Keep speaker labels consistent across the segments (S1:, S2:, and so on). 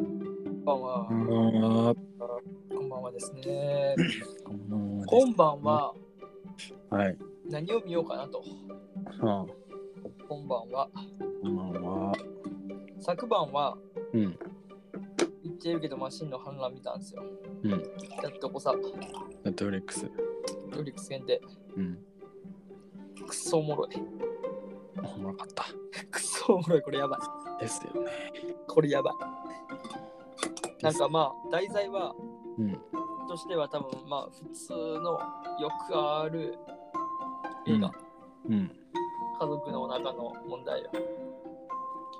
S1: んばんは。
S2: こんばんは。
S1: こんばんはですね。
S2: こんばんはです
S1: 今晩は
S2: はい。
S1: 何を見ようかなと。
S2: は
S1: 今晩は。
S2: あ、こんばんは。
S1: 昨晩は
S2: うん。
S1: 言ってるけどマシンの反乱見たんですよ。
S2: うん
S1: やっとこさ、
S2: ネットフリックス。
S1: ドリックス限定。
S2: うん。
S1: くっそおもろい。
S2: おもろかった。
S1: くっそおもろい。これやばい。
S2: ですよね。
S1: これやばい。なんかまあ、題材は
S2: うん。
S1: としては多分まあ、普通のよくある映画。
S2: うん。
S1: 家族の中の問題よ。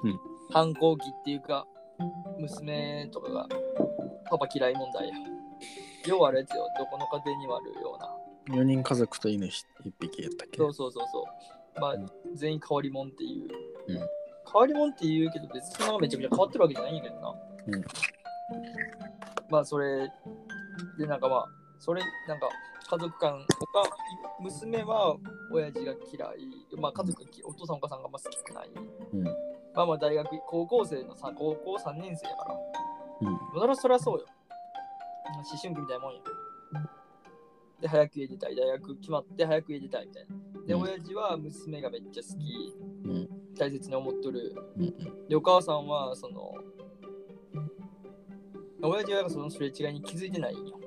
S2: うん
S1: 反抗期っていうか、娘とかがパパ嫌い問題よ。要はあれですよ、どこの家庭にもあるような。
S2: 4人家族と犬ひ一匹やったっけ
S1: そうそうそうそう。まあ
S2: うん、
S1: 全員変わり者っていう。
S2: うん
S1: 変わり者って言うけど、別にそんなめちゃくちゃ変わってるわけじゃないんやけどな。
S2: うん
S1: まあ、それで、なんかまあ、それ、なんか、家族間、おか娘は親父が嫌い、まあ、家族がき、お父さんお母さんがあんま好きくない。
S2: うん。
S1: まあまあ大学、高校生のさ、高校3年生やから。
S2: うん。
S1: まあそらそらそうよ。思春期みたいなもんや。で、早く家出たい。大学決まって早く家出たいみたいな。で、
S2: うん
S1: 親父は娘がめっちゃ好き。
S2: うん
S1: 大切に思っとる。
S2: うん。
S1: で、お母さんは、その、親父はそのすれ違いに気づいてないんよ。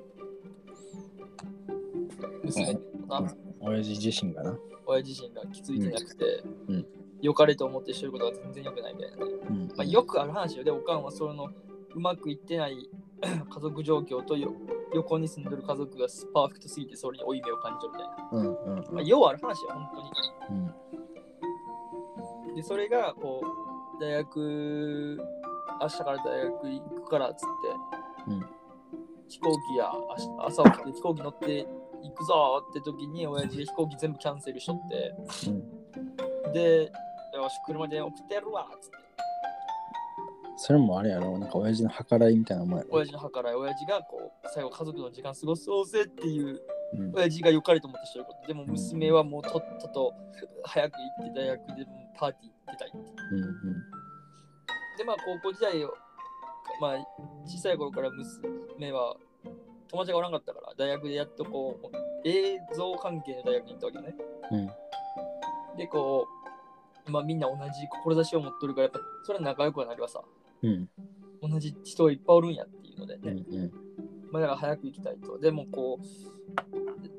S1: 娘のな
S2: 親父自身がな。
S1: 親自身が気づいてなくて、
S2: うんうん
S1: 良かれと思ってしてることは全然良くないみたいなね。
S2: うん。
S1: まあ、よくある話よ。で、おかんはそのうまくいってない 家族状況とよ横に住んでる家族がパーフェクトすぎてそれに負い目を感じるみたいな。
S2: うんうん
S1: まあ、ようある話よ、本当
S2: うん。
S1: に。で、それがこう、大学、明日から大学行くからっつって、
S2: うん
S1: 飛行機や明日朝起きて飛行機乗って行くぞーって時に親父が飛行機全部キャンセルしとって、で、よし、車で送ってやるわっつって。
S2: それもあれやろ。なんか親父の計らいみたいなもんやろ。
S1: 親父の計らい、親父がこう最後家族の時間過ごそうぜっていう
S2: うん。
S1: 親父が良かれと思ってしてることでも娘はもうとっとと早く行って大学でもパーティー行ってたいって
S2: うん
S1: でまあ高校時代をまあ小さい頃から娘は友達がおらんかったから大学でやっとこう映像関係の大学に行ったわけね
S2: うん。うん。
S1: でこうまあみんな同じ志を持っとるからやっぱそれは仲良くはなりはさ
S2: うん。
S1: 同じ人がいっぱいおるんやっていうのでね、
S2: うん。うん。
S1: まあ、だから早く行きたいと。でもこ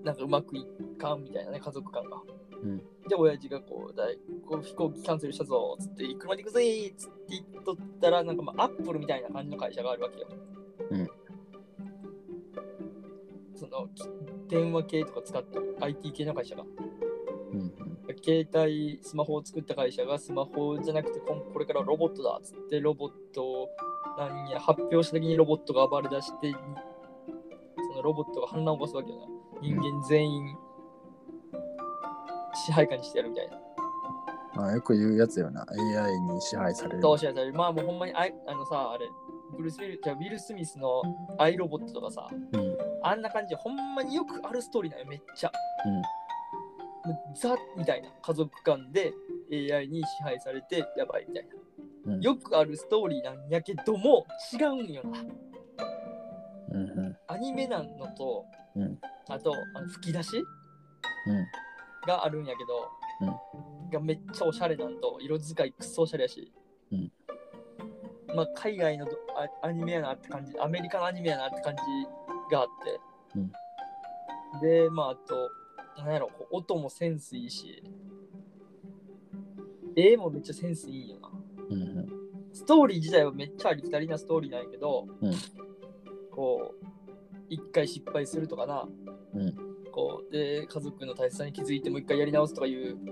S1: う、なんかうまくいかんみたいなね、家族間が。
S2: うん
S1: で、親父がこうだいこう、飛行機キャンセルしたぞっつって、車で行くぜーっつって言っとったら、なんかまあ、アップルみたいな感じの会社があるわけよ。
S2: うん
S1: その、き電話系とか使ってる IT 系の会社が。
S2: うん。
S1: 携帯、スマホを作った会社が、スマホじゃなくて、こんこれからロボットだっつって、ロボットを、なんや、発表した時にロボットが暴れ出して、そのロボットが反乱を起こすわけよな。人間全員、支配下にしてやるみたいな。
S2: まあよく言うやつよな。AI に支配される。
S1: どうしようまあもうほんまにあい、あのさ、あれ、ブルース・ウィル、じゃあウィル・スミスのアイロボットとかさ、
S2: うん。
S1: あんな感じでほんまによくあるストーリーなのよ、めっちゃ。もうザみたいな家族間で AI に支配されてやばいみたいな、
S2: うん
S1: よくあるストーリーなんやけども違うんよな
S2: うん。うん。
S1: アニメなんのと、
S2: うん
S1: あとあの吹き出し
S2: うん。
S1: があるんやけど、がめっちゃおしゃれなんと色使いクソおしゃれやし、
S2: うん
S1: まあ海外のどあアニメやなって感じアメリカのアニメやなって感じがあって、でまああとなんやろこう音もセンスいいし絵もめっちゃセンスいいんよな
S2: うん。
S1: ストーリー自体はめっちゃありきたりなストーリーなんやけど、
S2: うん
S1: こう一回失敗するとかな、
S2: うん
S1: こうで家族の大切さに気づいてもう一回やり直すとかいうも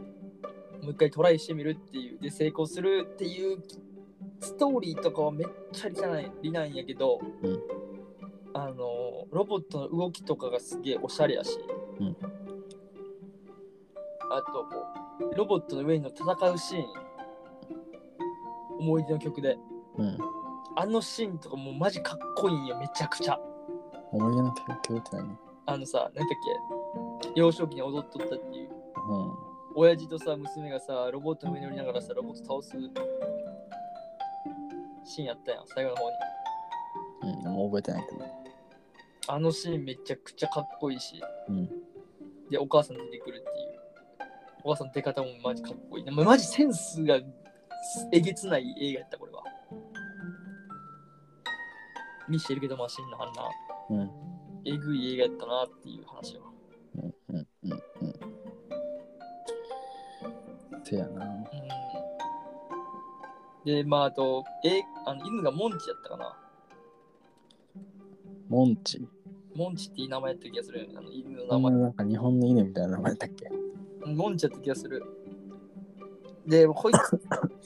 S1: う一回トライしてみるっていうで成功するっていうストーリーとかはめっちゃありたないりなんやけど、
S2: うん
S1: あのロボットの動きとかがすげえおしゃれやし、
S2: うん
S1: あとこうロボットの上にの戦うシーン思い出の曲で
S2: うん。
S1: あのシーンとかもうマジかっこいいんよ、めちゃくちゃ。
S2: 思い出の曲曲って何
S1: あのさ、なんだっけ、幼少期に踊っとったっていう。親父とさ、娘がさ、ロボットの上に乗りながらさ、ロボット倒すシーンやったやん、最後の方に。
S2: ううん、もう覚えてないけど。
S1: あのシーンめちゃくちゃかっこいいし、
S2: うん
S1: で、お母さん出てくるっていう。お母さんの出方もマジかっこいい。でもマジセンスがえげつない映画やった、これは。ミシェルゲドマシンのあんな
S2: うん、
S1: えぐい映画やったなっていう話は。
S2: うん、うん、うん、うん。せやな。
S1: うん、で、まあ、あと、えあの犬がモンチやったかな。
S2: モンチ。
S1: モンチっていう名前やった気がする。あの犬の
S2: 名
S1: 名前
S2: 前。なんか日本の稲みたいな名前だっけ
S1: 飲んじゃった気がする。で、こい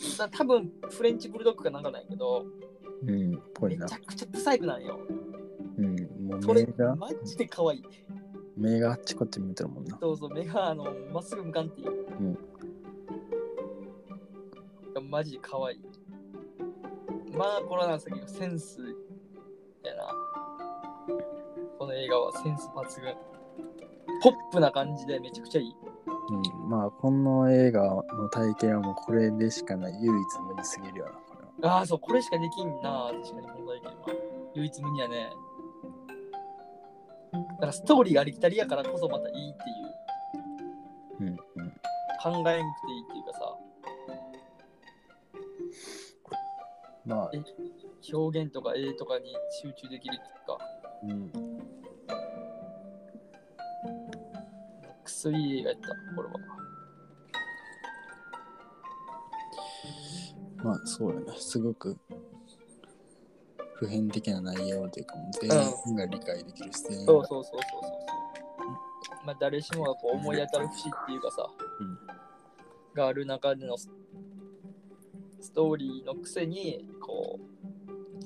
S1: つ、な多分フレンチブルドッグかなんかなんやけど、
S2: うん、ぽい
S1: めち
S2: な
S1: ゃ。くちゃブサイクなんよ。
S2: うん、も
S1: そう
S2: 目
S1: れ、
S2: が、
S1: マジで可愛い。
S2: 目があっちこっち見てるもんな。
S1: どうぞ、目があのまっすぐ向かんっていう。マジで可愛い。まあ、これはなんですけど、センスやな。この映画はセンス抜群。ポップな感じでめちゃくちゃいい。
S2: うん、まあ、この映画の体験はもうこれでしかない唯一無二すぎるよな、これは。
S1: ああ、そう、これしかできんな。確かに、この意見は。唯一無二やね。だから、ストーリーがありきたりやからこそまたいいっていう。
S2: うん、うん。
S1: 考えんくていいっていうかさ、
S2: まあ、
S1: 表現とか絵とかに集中できるっていうか、
S2: うん、
S1: くそいい映画やった、これは。
S2: まあ、そうやな。すごく、普遍的な内容というか、もう全員が理解できるし、全員が
S1: そうそうそうそうそう。まあ、誰しもがこう思い当たる節っていうかさ、
S2: うん
S1: がある中でのスストーリーのくせに、こう、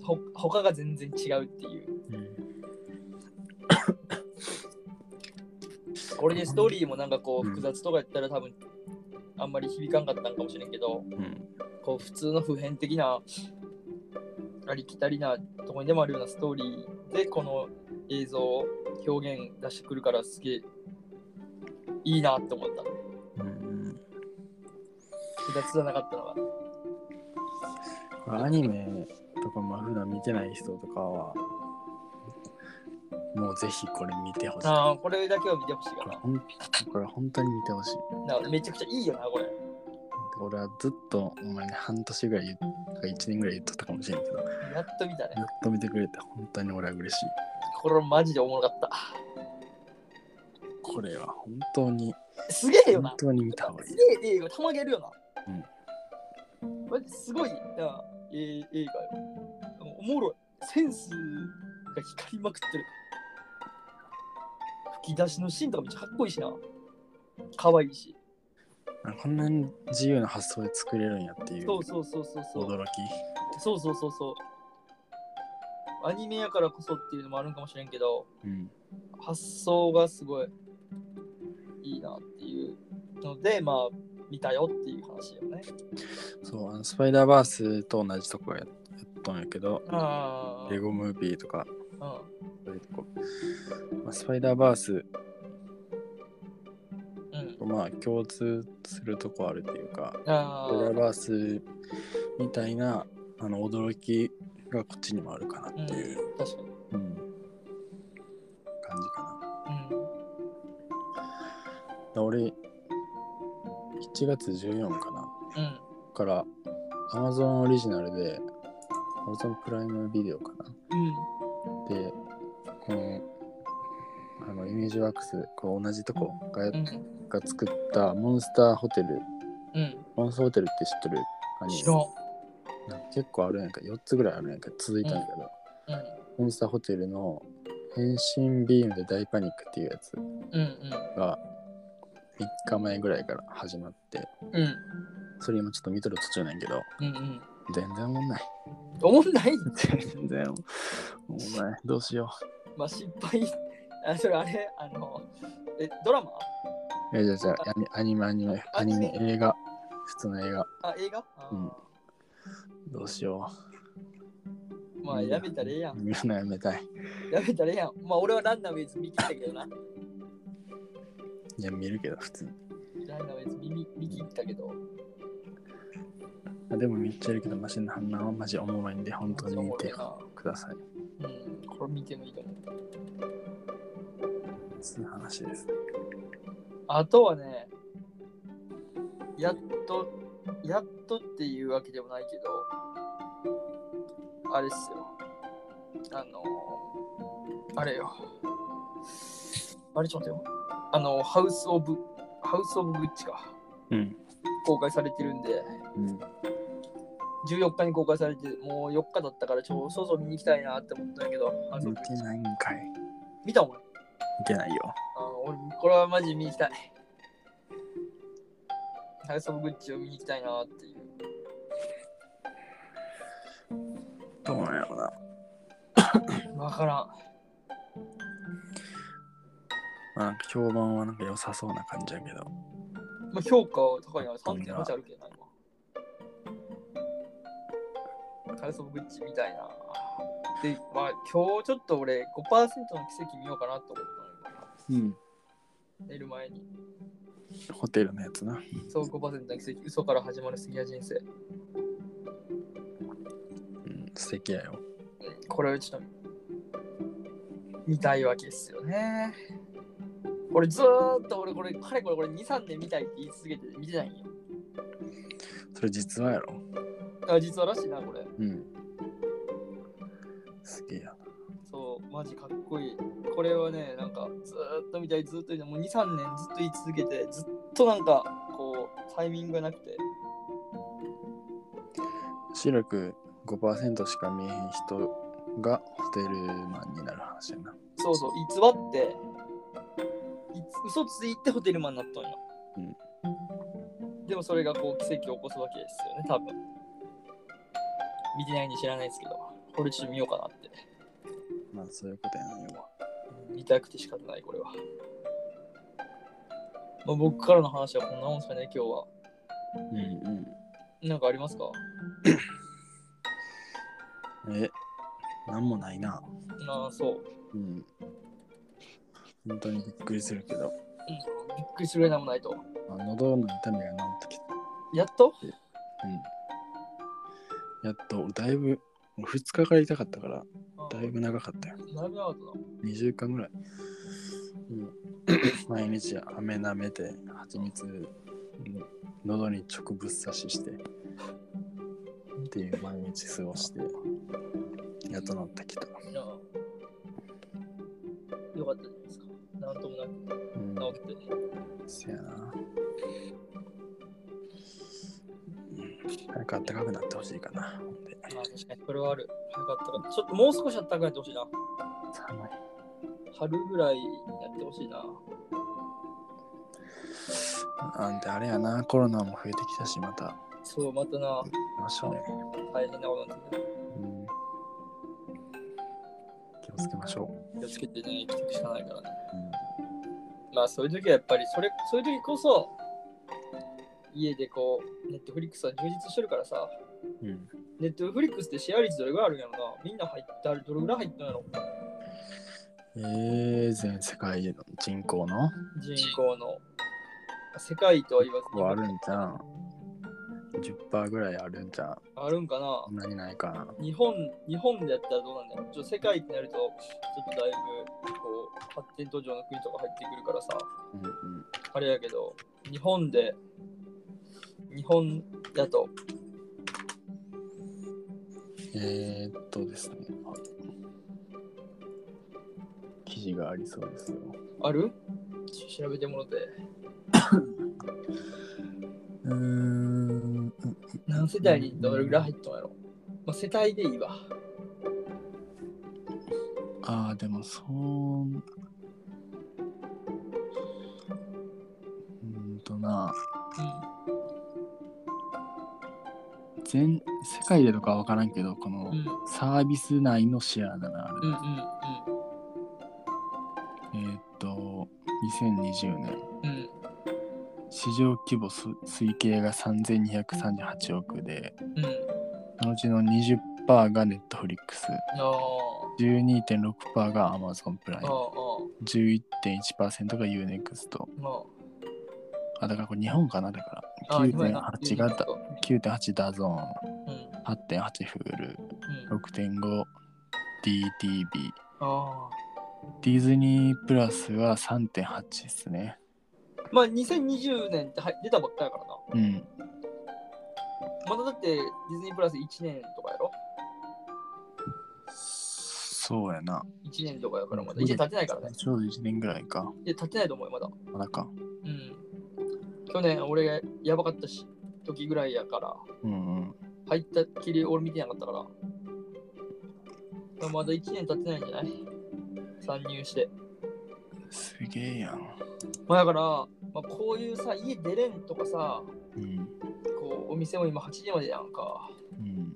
S1: ほ他が全然違うっていう。これでストーリーもなんかこう
S2: うん
S1: 複雑とかやったら多分あんまり響かんかったんかもしれんけど、
S2: うん、
S1: こう普通の普遍的なありきたりなとこにでもあるようなストーリーでこの映像を表現出してくるからすげえいいなって思った。
S2: うん、
S1: 複雑じゃなかったのが。
S2: うん。アニメとか、まあ、普段見てない人とかは、もうぜひこれ見てほしい。
S1: ああ、これだけは見てほしい
S2: これ
S1: か
S2: ほんこれ本当に見てほしい。
S1: な。なめちゃくちゃいいよな、これ。
S2: 俺はずっとお前に半年ぐらい言うか1年ぐらい言っとったかもしれんけど、やっ
S1: やっと見たね。
S2: と見てくれて本当に俺は嬉しい。
S1: これマジでおもろかった。
S2: これは本当に、
S1: すげえよな
S2: 本。当に見た方がい
S1: す
S2: い。
S1: げえ映画、たまげるよな。うん。マジすごいな、えー、映画よ。でもおもろい。センスが光りまくってる。吹き出しのシーンとかめっちゃかっこいいしな。かわいいし。
S2: こんなに自由な発想で作れるんやっていう
S1: そうそうそうそうそう。
S2: 驚き。
S1: そうそうそうそう。アニメやからこそっていうのもあるんかもしれんけど、
S2: うん。
S1: 発想がすごいいいなっていうので、まあ、見たよっていう話よね。
S2: そう、あのスパイダーバースと同じとこややっとんやけど、
S1: あ
S2: レゴムービーとか、
S1: あ。
S2: そういうとこ。まあ、スパイダーバース
S1: うん。うん。
S2: とまあ共通するとこあるっていうか、
S1: あ
S2: スパイダー
S1: あ。
S2: バースみたいなあの驚きがこっちにもあるかな
S1: うん
S2: っていう、、
S1: 確かに。
S2: うん感じかな。
S1: うん。
S2: だ俺、7月14かな。
S1: うん。
S2: から Amazon オリジナルで Amazon プライムビデオかな。
S1: うん。
S2: で、このあのイメージワークス、こう同じとこが,、
S1: うん。
S2: が作ったモンスターホテル。
S1: うん。
S2: モンスターホテルって知ってるアニメ
S1: 知らん。
S2: なんか結構あるんやんか、4つぐらいあるんやんか、続いたんやけど。モンスターホテルの変身ビームで大パニックっていうやつ
S1: うん。うん。
S2: が3日前ぐらいから始まって
S1: うん。うん。
S2: それ今ちょっと見とる途中なんやけど
S1: うん。うん。
S2: 全然おもんない
S1: おもんない
S2: 全然おもんないどうしよ
S1: まあ、失敗。あ、それあれあの、え、ドラマ
S2: うえじゃあじゃあアニアニメアニメアニメ映画普通の映画
S1: あ、映画あー
S2: うんどうしよう
S1: まあ、やめたらええやん。
S2: 見るのやめたい
S1: やめたらええやん。まあ、俺はランナーウェイズ見切ったけどな。
S2: いや見るけど普通に
S1: ランナーウェイズ見見見切ったけど。
S2: あでも見っちゃいるけどマシンの反応はマジおもろいんで本当に見て
S1: な。
S2: ください
S1: うん。これ見てもいいと思う。
S2: その話です。
S1: あとはね、やっと、やっとっていうわけでもないけど、あれっすよ。あのー、あれよ。あれちょっと待ってよ。あの、ハウス・オブ・ハウス・オブ・グッチか。
S2: うん。
S1: 公開されてるんで、
S2: うん。
S1: 14日に公開されて、もう4日だったから、ちょそろそろ見に行きたいなって思ったんやけど、あそう
S2: 見てないんかい。
S1: 見たもん。
S2: 見てないよ。
S1: あ俺、これはマジで見に行きたい。ハウス・オブ・グッチを見に行きたいなっていう。
S2: どうなんやろな。
S1: わからん。
S2: まあ、なんか評判はなんか良さそうな感じやけど。
S1: まあ、評価は高いな。3.8あるけどな、今。カルソブグッチみたいな。で、まあ、今日ちょっと俺5%の奇跡見ようかなと思ったのよ。
S2: うん。
S1: 寝る前に。
S2: ホテルのやつな。
S1: そう5%の奇跡、嘘から始まる杉谷人生。
S2: うん、素敵やよ。
S1: これをちょっと見たいわけですよね。俺ずーっと俺これ、かれこれこれ2、3年見たいって言い続けて見てないんよ。
S2: それ実はやろ。
S1: あ、実はらしいな、これ。
S2: うん。すげえやな。
S1: そう、マジかっこいい。これはね、なんかずーっと見たい、ずーっと見たい、もう2、3年ずっと言い続けて、ずっとなんかこう、タイミングがなくて、
S2: 視力5%しか見えへん人がホテルマンになる話やな。
S1: そうそう、偽って、いつ嘘ついてホテルマンになったんよ。でもそれがこう、奇跡を起こすわけですよね、多分見てないんで知らないですけど、これちょっと見ようかなって。
S2: まあそういうことやな、要は。
S1: 見たくて仕方ない、これは。まあ、僕からの話はこんなもんですかね、今日は。
S2: うん
S1: なんかありますか
S2: うん。え、なんもないな。
S1: なあ、そう。
S2: うん。本当にびっくりするけど、
S1: うん、びっくりするようなもんないと。
S2: あ喉の痛みが治ってきた。
S1: やっと
S2: うん。やっと、俺だいぶ、もう2日から痛かったから、だいぶ長かったよ。
S1: うんだいぶ長かったな。
S2: 2週間ぐらい。もう毎日飴舐めて、蜂蜜、うん喉に直ぶっ刺しして、っていう毎日過ごして、やっとなってきた。
S1: いやよかったじゃないですか。なんともな
S2: うん。
S1: く治って。
S2: せやな。うん早くあったかくなってほしいかな。ほんで
S1: まあ確かにこれはある。よかったかったちょっともう少しあったかくなってほしいな。
S2: 寒い。
S1: 春ぐらいやってほしいな。
S2: なんてあれやな、コロナも増えてきたし、また行
S1: そう、またな、
S2: きましょうね。
S1: 大変なことになってくる。
S2: うん、気をつけましょ
S1: 気をつけてね、生きていくしかないからね。
S2: う。
S1: まあそういう時はやっぱり、それ、そういう時こそ、家でこう、ネットフリックスは充実してるからさ、
S2: うん。うん、
S1: ネットフリックスってシェア率どれぐらいあるんやろな。みんな入ってある、どれぐらい入ったんやろ
S2: えー、全世界の人口の
S1: 人口の世界とは言わず
S2: こうあるんじゃん。10%ぐらいあるんじゃん。
S1: あるんかな
S2: そんなにないかな。
S1: 日本日本でやったらどうなんだろうちょっと世界ってなるとちょっとだいぶこう発展途上の国とか入ってくるからさ
S2: うんうん。
S1: あれやけど日本で日本だと
S2: えー、っとですね。あ記事がありそうですよ。
S1: あるちょっと調べてもろて
S2: うーん。
S1: 何世帯にどれぐらい入ったんやろ、まあ、世帯でいいわ
S2: ああ、でもそう。うーんとな。全世界でとかは分からんけどこ
S1: う
S2: の
S1: んうん
S2: サービス内のシェアだな、あ
S1: う
S2: れ
S1: んうん
S2: えーっと2020年
S1: うんうん
S2: 市場規模す推計が3238億で
S1: うん
S2: そのうちの20%がネットフリックス
S1: あー
S2: 12.6%がアマゾンプライ
S1: あーあ
S2: ム11.1%が UNEXT
S1: ーあ
S2: あだからこれ日本かなだか
S1: ー
S2: ら
S1: あー日本やな
S2: 9.8がだ9.8ダゾーン
S1: うんうん
S2: 8.8フール6.5 DTV。
S1: ああ。
S2: ディズニープラスは3.8ですね。
S1: まあ2020年ってはい出たばっかやからな。
S2: うん。
S1: まだだってディズニープラス1年とかやろ
S2: そうやな。
S1: ?1 年とかやからまだ。
S2: うん
S1: 1年経ってないからね。
S2: ちょうど1年ぐらいか。
S1: いや、経ってないと思うよ、まだ。
S2: まだか。
S1: うん。去年俺がやばかったし時ぐらいやから、
S2: うんうん。
S1: 入ったっきり俺見てなかったから。まだ1年経ってないんじゃない参入して。
S2: すげえやん。
S1: まあだから、まあ、こういうさ、家出れんとかさ、
S2: うん。
S1: こうお店も今8時までやんか。
S2: うん。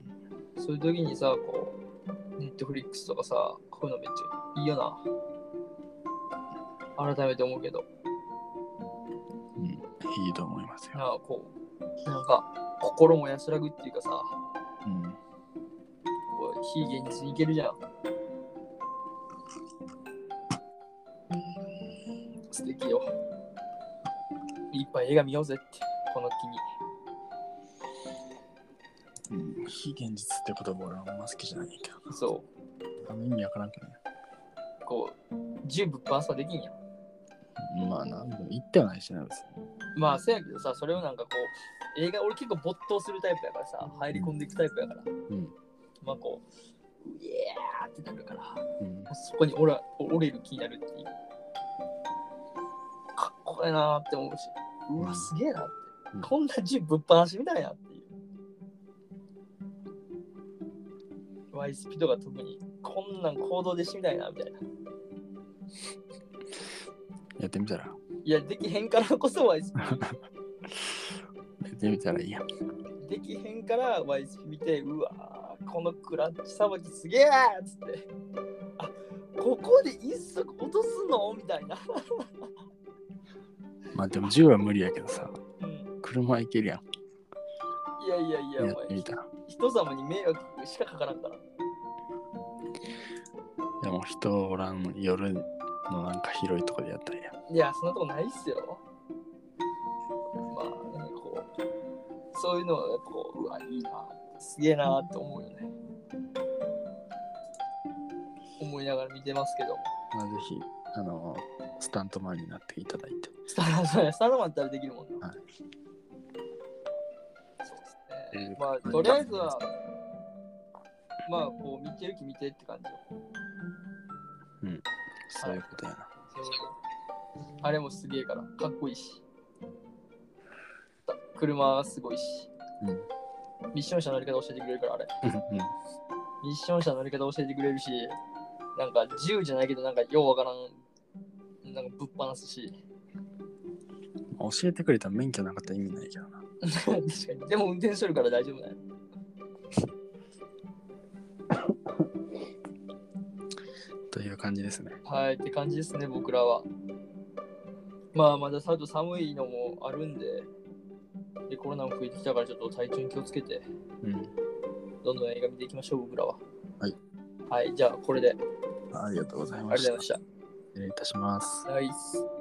S1: そういう時にさ、こう、ネットフリックスとかさ、こういうのめっちゃいいよな。改めて思うけど、
S2: うん、いいと思いますよ。
S1: なんかこう、なんか心も安らぐっていうかさ、こ
S2: うん。
S1: う非現実に行けるじゃん。素敵よ。いっぱい映画見ようぜって、この気に。
S2: うん、非現実って言葉俺はあんま好きじゃないけど。
S1: そ
S2: あんま意味わからんけどね。
S1: う、こう、銃ぶっ放すはできんやん。
S2: まあな、でも言ってはないしな、別
S1: まあせやけどさそれをなんかこう映画俺結構没頭するタイプやからさ入り込んでいくタイプやから、
S2: うん
S1: まあこううイエーってなるから
S2: に。うん。
S1: そこに俺は折れる気になるっていうかっこええなーって思うしう
S2: うん
S1: わすげえなって、
S2: うん
S1: こんな銃ぶっ放しみたいなっていうワイスピードが特にこんなん行動でしてみたいなみたいな
S2: やってみたら、
S1: いやできへんからこそワイスピ
S2: やってみたらいいやん。
S1: できへんからワイスピ見てうわーこのクラッチさばきすげえっつってあここで一足落とすのみたいな、
S2: まあでも銃は無理やけどさ、
S1: うん、
S2: 車行けるや
S1: いやいやいや
S2: ん。や
S1: お
S2: って
S1: 前
S2: みたら。
S1: 人様に迷惑しかかからんから
S2: でも人おらん夜のなんか広いとこでやったらいいやん。
S1: いやそんなとこないっすよまあねこうそういうのはこううわいいなすげえなって思うよね思いながら見てますけど
S2: まあぜひ、あの、スタントマンになっていただいて。
S1: スタースタートマンだったらできるもんな。
S2: はい
S1: そうですね。
S2: えー
S1: まあ、とりあえずは、まあ、こう、見てる気見てって感じよ。
S2: そういうことやな。
S1: あれもすげえから、かっこいいし。車すごいし。
S2: うん。
S1: ミッション車の乗り方教えてくれるから、あれ。
S2: うん。
S1: ミッション車の乗り方教えてくれるし、なんか銃じゃないけど、なんかようわからん、なんかぶっ放すし。
S2: 教えてくれた免許なかったら意味ないけどな。
S1: 確かに。でも運転してるから大丈夫だよ。
S2: という感じですね。
S1: はい、って感じですね、僕らは。まあ、まだあと寒いのもあるんで、で、コロナも増えてきたから、ちょっと体調に気をつけて、
S2: うん。
S1: どんどん映画見ていきましょう、僕らは。
S2: はい。
S1: はい、じゃあ、これで、ありがと
S2: ありがとうございうま
S1: ござ
S2: し
S1: い
S2: た
S1: ま。した。
S2: 失礼いたします。
S1: ナイス。